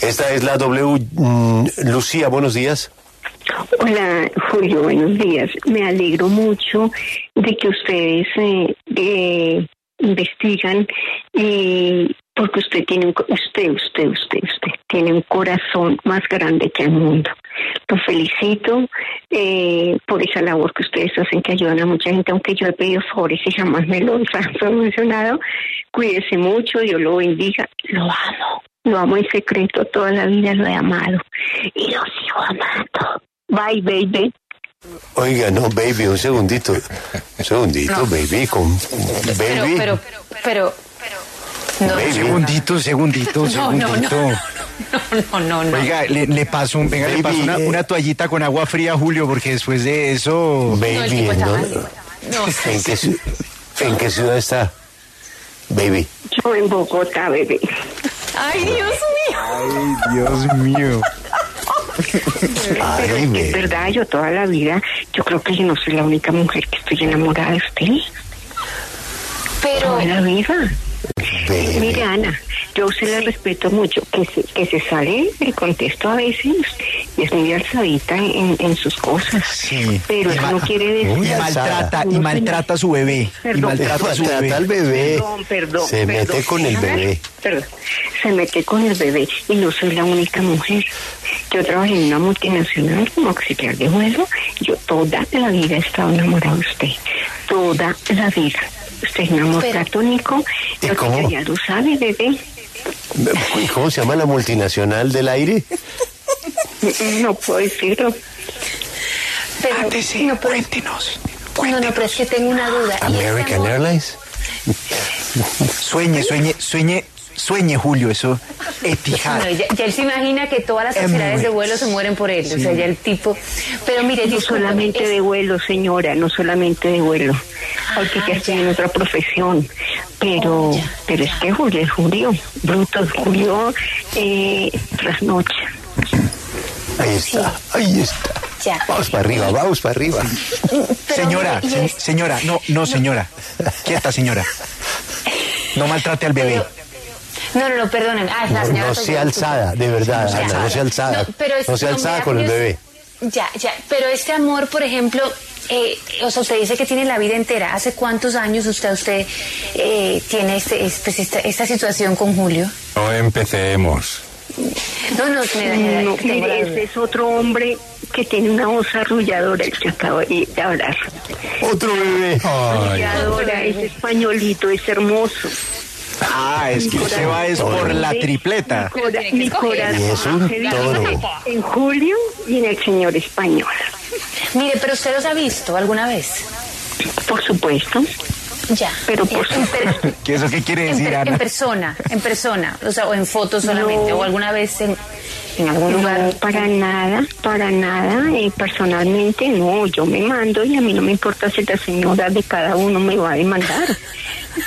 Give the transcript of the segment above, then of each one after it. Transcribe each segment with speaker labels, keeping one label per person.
Speaker 1: Esta es la W. mm, Lucía, buenos días.
Speaker 2: Hola, Julio, buenos días. Me alegro mucho de que ustedes eh, eh, investigan eh, porque usted tiene un, co- usted, usted, usted, usted tiene un corazón más grande que el mundo. Lo felicito eh, por esa labor que ustedes hacen que ayudan a mucha gente, aunque yo he pedido favores y jamás me los han promocionado. Cuídese mucho, Dios lo bendiga, lo amo. Lo amo en secreto, toda la vida lo he amado y lo sigo amando. Bye, baby.
Speaker 1: Oiga, no, baby, un segundito. Un segundito, baby, con.
Speaker 3: Pero,
Speaker 1: Baby.
Speaker 3: pero, pero, no.
Speaker 1: baby.
Speaker 4: Segundito, segundito,
Speaker 3: No, no,
Speaker 4: segundito.
Speaker 3: No, no, no.
Speaker 4: Oiga, le, le paso, un- venga, le
Speaker 1: Baby,
Speaker 4: paso una,
Speaker 1: eh.
Speaker 4: una toallita con agua fría, Julio, porque después de eso.
Speaker 3: No, el
Speaker 1: Baby,
Speaker 3: tipo
Speaker 1: ¿en
Speaker 3: está mal.
Speaker 1: dónde-
Speaker 3: No,
Speaker 1: ¿En qué, ci- ¿En qué ciudad está? Baby.
Speaker 2: Yo en Bogotá, bebé.
Speaker 3: Ay, Dios mío.
Speaker 4: Ay, Dios mío.
Speaker 1: Ay,
Speaker 2: Es
Speaker 1: baby.
Speaker 2: verdad, yo toda la vida, yo creo que yo no soy la única mujer que estoy enamorada de usted.
Speaker 3: Pero,
Speaker 2: Toda la vida.
Speaker 1: baby.
Speaker 2: Mire, Ana, yo a usted le respeto mucho, que se, que se sale del contexto a veces y es muy alzadita en, en sus cosas.
Speaker 4: Sí.
Speaker 2: Pero eso no quiere decir...
Speaker 4: Y
Speaker 1: Muy
Speaker 4: maltrata,
Speaker 2: alzada.
Speaker 4: y maltrata a su bebé. Y
Speaker 2: Perdón.
Speaker 4: maltrata a su
Speaker 1: Trata al
Speaker 4: bebé.
Speaker 1: bebé.
Speaker 2: Perdón, perdón.
Speaker 1: Se
Speaker 2: perdón.
Speaker 1: mete con el bebé.
Speaker 2: Perdón. Se mete con el bebé y no soy la única mujer. Yo trabajé en una multinacional como auxiliar de juego. Yo toda la vida he estado enamorado de usted. Toda la vida. Usted es un amor
Speaker 3: Pero-
Speaker 2: platónico.
Speaker 1: ¿Y
Speaker 2: Lo que
Speaker 1: cómo?
Speaker 2: yo ya lo sabe, bebé.
Speaker 1: ¿Y ¿Cómo se llama la multinacional del aire?
Speaker 2: No puedo decirlo.
Speaker 3: pero, no, pero- No, no, pero es que tengo una duda. ¿Y este
Speaker 1: American
Speaker 3: amor-
Speaker 1: Airlines.
Speaker 4: Sueñe, sueñe, sueñe, sueñe, Julio, eso. Etijad.
Speaker 3: No, ya, ya él se imagina que todas las sociedades de vuelo se mueren por él. O sea, ya el tipo. Pero mire,
Speaker 2: No
Speaker 3: discúlpame,
Speaker 2: solamente
Speaker 3: es-
Speaker 2: de vuelo, señora, no solamente de vuelo. Porque Ah, ya Oh, estoy en otra profesión. Pero, pero es que Julio es Julio. Bruto es Julio eh, trasnocha.
Speaker 1: Ahí está, ahí está.
Speaker 3: Ya.
Speaker 1: Vamos para arriba, vamos para arriba.
Speaker 3: pero
Speaker 4: Señora,
Speaker 3: mire, y
Speaker 4: se-
Speaker 3: es-
Speaker 4: señora, no, no, señora. Quieta, señora. No maltrate al bebé.
Speaker 3: No, no, no, perdónenme. Ah, es la
Speaker 1: No,
Speaker 3: señora
Speaker 1: no
Speaker 3: soy
Speaker 1: sea
Speaker 3: yo,
Speaker 1: alzada, de verdad,
Speaker 3: disculpe.
Speaker 1: Ana, Ah, no sea alzada.
Speaker 3: pero es-
Speaker 1: No sea
Speaker 3: me
Speaker 1: alzada
Speaker 3: da
Speaker 1: con el
Speaker 3: curiosi-
Speaker 1: bebé.
Speaker 3: Ya, ya, pero este amor, por ejemplo, eh, o sea, usted dice que tiene la vida entera. ¿Hace cuántos años usted, usted eh, tiene este, este- pues, esta, esta situación con Julio?
Speaker 5: No empecemos.
Speaker 3: No, no, me da, me da-
Speaker 2: No,
Speaker 3: tengo la
Speaker 2: mire,
Speaker 3: duda.
Speaker 2: este es otro hombre que tiene una voz arrulladora, el que acabo de de hablar.
Speaker 1: Otro bebé.
Speaker 2: Arrulladora, es españolito, es hermoso.
Speaker 4: Ah, es que usted va es por la tripleta.
Speaker 2: Mi, cora- mi corazón
Speaker 1: Y es un
Speaker 2: se divide
Speaker 1: toro.
Speaker 2: en Julio y en el señor español.
Speaker 3: Mire, pero usted los ha visto alguna vez.
Speaker 2: Por supuesto.
Speaker 3: Ya.
Speaker 2: Pero por
Speaker 3: En- en per-
Speaker 4: ¿Qué eso qué quiere
Speaker 3: en,
Speaker 4: decir,
Speaker 3: per- en
Speaker 4: Ana?
Speaker 3: persona, en persona, o sea, o en fotos solamente, o alguna vez en, en algún lugar.
Speaker 2: No, para nada, para nada. eh, personalmente, no, yo me mando y a mí no me importa si la señora de cada uno me va a demandar.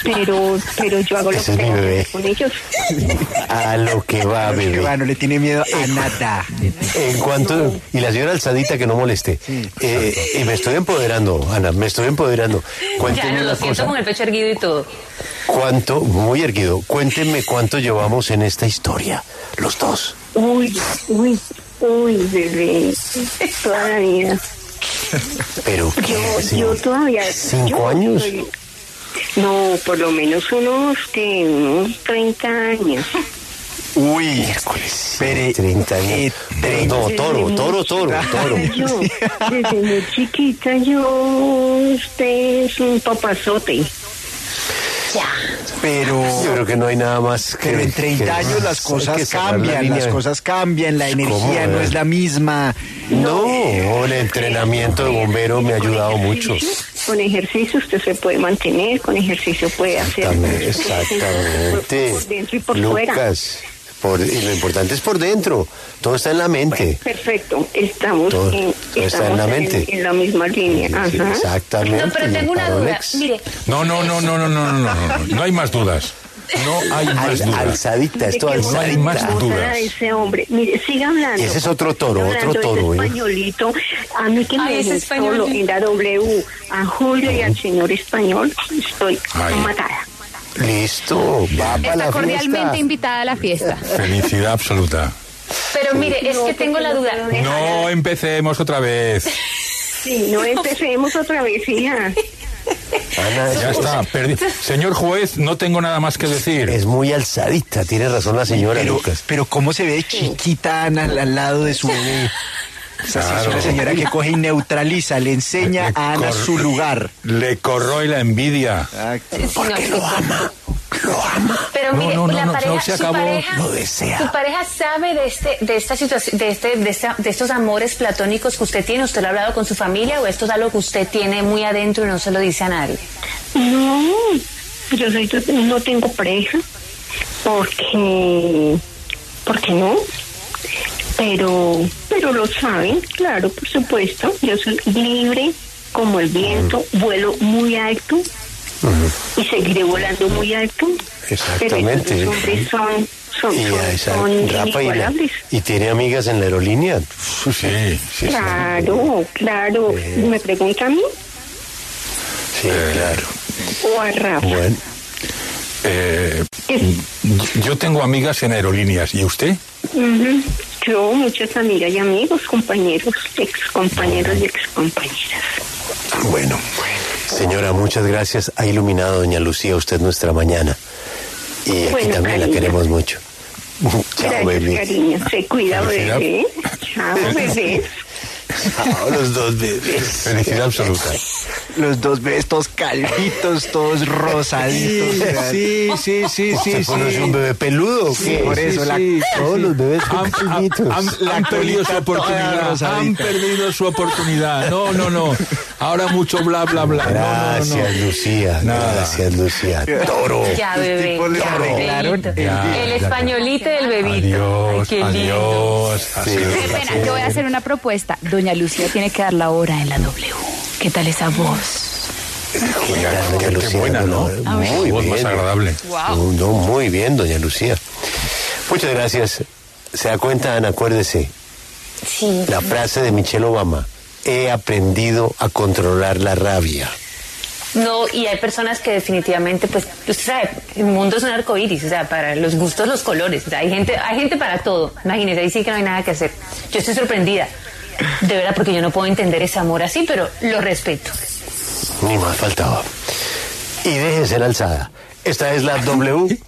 Speaker 2: Pero, pero yo hago lo
Speaker 1: Ese
Speaker 2: que
Speaker 1: es mi
Speaker 2: tengo que
Speaker 1: bebé.
Speaker 2: hacer con ellos.
Speaker 1: A lo que va,
Speaker 4: Que
Speaker 1: bebé.
Speaker 4: va, no le tiene miedo a nada.
Speaker 1: En cuanto. Y la señora alzadita que no moleste. Eh, y me estoy empoderando, Ana, me estoy empoderando.
Speaker 3: Ya, no,
Speaker 1: Cuéntenme
Speaker 3: lo
Speaker 1: una
Speaker 3: siento
Speaker 1: cosa.
Speaker 3: con el pecho erguido y todo.
Speaker 1: ¿Cuánto, muy erguido, cuéntenme cuánto llevamos en esta historia, los dos?
Speaker 2: Uy, uy, uy, bebé. Toda la vida.
Speaker 1: Pero, ¿qué?
Speaker 2: Yo, yo
Speaker 1: señor?
Speaker 2: todavía.
Speaker 1: ¿Cinco
Speaker 2: yo
Speaker 1: años?
Speaker 2: soy- no, por lo menos unos, que, unos 30 años.
Speaker 4: Uy,
Speaker 1: Miércoles.
Speaker 4: Pere-
Speaker 1: 30 años.
Speaker 4: eh, treinta.
Speaker 1: No, toro, toro, toro, toro.
Speaker 2: Yo, desde muy chiquita, yo, usted es un papazote.
Speaker 4: pero,
Speaker 1: Yo creo que no hay nada más que.
Speaker 4: pero en
Speaker 1: que-
Speaker 4: 30 años las
Speaker 1: hay que
Speaker 4: cosas
Speaker 1: cerrar la
Speaker 4: cambian,
Speaker 1: línea.
Speaker 4: las cosas cambian, la energía no
Speaker 1: eh?
Speaker 4: es la misma.
Speaker 1: No, el entrenamiento de bombero me ha ayudado mucho.
Speaker 2: Con ejercicio usted se puede mantener, con ejercicio puede hacer.
Speaker 1: Exactamente.
Speaker 2: Por,
Speaker 1: exactamente.
Speaker 2: por dentro y por fuera.
Speaker 1: Lucas, por- y lo importante es por dentro. Todo está en la mente.
Speaker 2: Perfecto, estamos,
Speaker 1: Todo-
Speaker 2: en,
Speaker 1: todo está en la
Speaker 2: estamos
Speaker 1: mente.
Speaker 2: En, la misma línea.
Speaker 1: Sí,
Speaker 2: Ajá.
Speaker 1: Exactamente.
Speaker 3: No, pero tengo una
Speaker 1: Don
Speaker 3: duda.
Speaker 1: Alex.
Speaker 3: Mire,
Speaker 5: No, no, no, no, no, no, no, no, no. No hay más dudas. No hay más
Speaker 1: Al-
Speaker 5: dudas.
Speaker 1: alzadita, esto
Speaker 2: Qué
Speaker 5: No hay
Speaker 1: alzadita.
Speaker 5: más
Speaker 2: bonita
Speaker 5: dudas.
Speaker 2: Ese hombre, mire, siga hablando.
Speaker 1: Ese es otro toro,
Speaker 2: Siga
Speaker 1: otro
Speaker 2: hablando, ese
Speaker 1: toro, ¿eh?
Speaker 2: españolito, a mí que
Speaker 3: Ay,
Speaker 2: me
Speaker 3: ese
Speaker 2: dejen
Speaker 3: españolito.
Speaker 2: solo en la W, a Julio y al señor español, estoy
Speaker 5: Ay.
Speaker 2: matada.
Speaker 1: Listo, va para
Speaker 6: Está
Speaker 1: la
Speaker 6: cordialmente
Speaker 1: fiesta.
Speaker 6: invitada a la fiesta.
Speaker 5: Felicidad absoluta.
Speaker 3: Pero mire, es
Speaker 2: No,
Speaker 3: que tengo
Speaker 2: porque
Speaker 3: la
Speaker 2: no
Speaker 3: duda.
Speaker 2: puedo dejar-
Speaker 5: No empecemos otra vez.
Speaker 2: Sí, no empecemos otra vez, hija.
Speaker 1: Ana,
Speaker 5: Ya
Speaker 1: es-
Speaker 5: está, perdí. Señor juez, no tengo nada más que decir.
Speaker 1: Es muy alzadita, tiene razón la señora
Speaker 4: Pero,
Speaker 1: Lucas.
Speaker 4: pero cómo se ve chiquita Ana al, al lado de su bebé. Esa sí es
Speaker 5: Claro.
Speaker 4: una señora que coge y neutraliza, le enseña
Speaker 5: Le
Speaker 4: a Ana
Speaker 5: cor-
Speaker 4: su lugar.
Speaker 5: Le corroe la envidia.
Speaker 3: No, sí, sí.
Speaker 1: Lo ama,
Speaker 3: Pero
Speaker 5: No,
Speaker 3: mire, pues
Speaker 5: no, no,
Speaker 3: la
Speaker 5: no,
Speaker 3: pareja,
Speaker 5: no, se
Speaker 3: su
Speaker 5: acabó.
Speaker 3: pareja,
Speaker 1: Lo desea.
Speaker 3: su pareja sabe de este, de esta situación, de este, de, esta- de estos amores platónicos que usted tiene. ¿Usted lo ha hablado con su familia o esto es algo que usted tiene muy adentro y no se lo dice a nadie?
Speaker 2: No, yo soy, no tengo pareja porque, porque no, pero, pero lo saben, claro, por supuesto, yo soy libre como el viento, vuelo muy alto y seguiré volando muy alto.
Speaker 1: Exactamente.
Speaker 2: Pero estos hombres son, son,
Speaker 1: y a
Speaker 2: son,
Speaker 1: esa Rafa
Speaker 2: son
Speaker 1: y, la-
Speaker 2: inigualables.
Speaker 1: y tiene amigas en la aerolínea. Sí,
Speaker 5: Sí, sí, sí.
Speaker 2: Claro, claro.
Speaker 1: Eh.
Speaker 2: ¿Me pregunta a mí
Speaker 1: sí, claro.
Speaker 2: o a Rafa?
Speaker 1: Bueno,
Speaker 5: Eh,
Speaker 2: Que-
Speaker 5: yo tengo amigas en aerolíneas. ¿Y usted?
Speaker 2: Ujú. Yo, muchas amigas y amigos, compañeros, ex compañeros y ex compañeras.
Speaker 1: bueno. Señora, muchas gracias. Ha iluminado doña Lucía usted nuestra mañana. Y aquí
Speaker 2: Bueno,
Speaker 1: también la
Speaker 2: cariño.
Speaker 1: queremos mucho. Chao,
Speaker 2: Gracias,
Speaker 1: bebé.
Speaker 2: cariño. Se cuida,
Speaker 5: Felicidad.
Speaker 2: bebé. Chao, bebé.
Speaker 1: Chao, los dos bebés.
Speaker 5: Felicidad absoluta.
Speaker 4: Los dos bebés todos calvitos, todos rosaditos.
Speaker 6: Sí, sí, sí, sí,
Speaker 1: ¿Pero es un bebé peludo? o qué?
Speaker 4: por eso la-
Speaker 1: Todos los bebés son
Speaker 5: Han,
Speaker 1: pequeñitos.
Speaker 5: han- han perdido su oportunidad.
Speaker 4: rosadita.
Speaker 5: Han perdido su oportunidad. No, no, no. Ahora mucho bla, bla, bla. No, no, no, no.
Speaker 1: Gracias, Lucía.
Speaker 5: Nada.
Speaker 1: Gracias, Lucía. Toro.
Speaker 3: Ya, bebé.
Speaker 4: tipos le
Speaker 3: ya,
Speaker 4: arreglaron
Speaker 3: bebito.
Speaker 5: el día.
Speaker 3: el
Speaker 5: Ya, ya.
Speaker 3: españolito del bebito.
Speaker 5: Adiós,
Speaker 3: Ay, qué lindo.
Speaker 5: adiós.
Speaker 1: Sí.
Speaker 5: adiós.
Speaker 7: Qué pena, yo voy a hacer una propuesta. Doña Lucía tiene que dar la hora en la W. ¿Qué tal esa voz?
Speaker 1: Qué tal, doña
Speaker 5: Qué
Speaker 1: Lucía,
Speaker 5: buena, ¿no?
Speaker 1: doña-
Speaker 5: A ver.
Speaker 1: Muy
Speaker 5: Voz
Speaker 1: bien.
Speaker 5: más agradable.
Speaker 1: No, no, muy bien, doña Lucía. Muchas gracias. Se da cuenta, Ana, acuérdese,
Speaker 3: Sí.
Speaker 1: la frase de Michelle Obama. He aprendido a controlar la rabia.
Speaker 3: No, y hay personas que definitivamente, pues, usted sabe, el mundo es un arco iris, o sea, para los gustos, los colores. O sea, hay gente, hay gente para todo. Imagínese, ahí sí que no hay nada que hacer. Yo estoy sorprendida. De verdad, porque yo no puedo entender ese amor así, pero lo respeto.
Speaker 1: Ni más faltaba. Y deje de ser alzada. Esta es la W.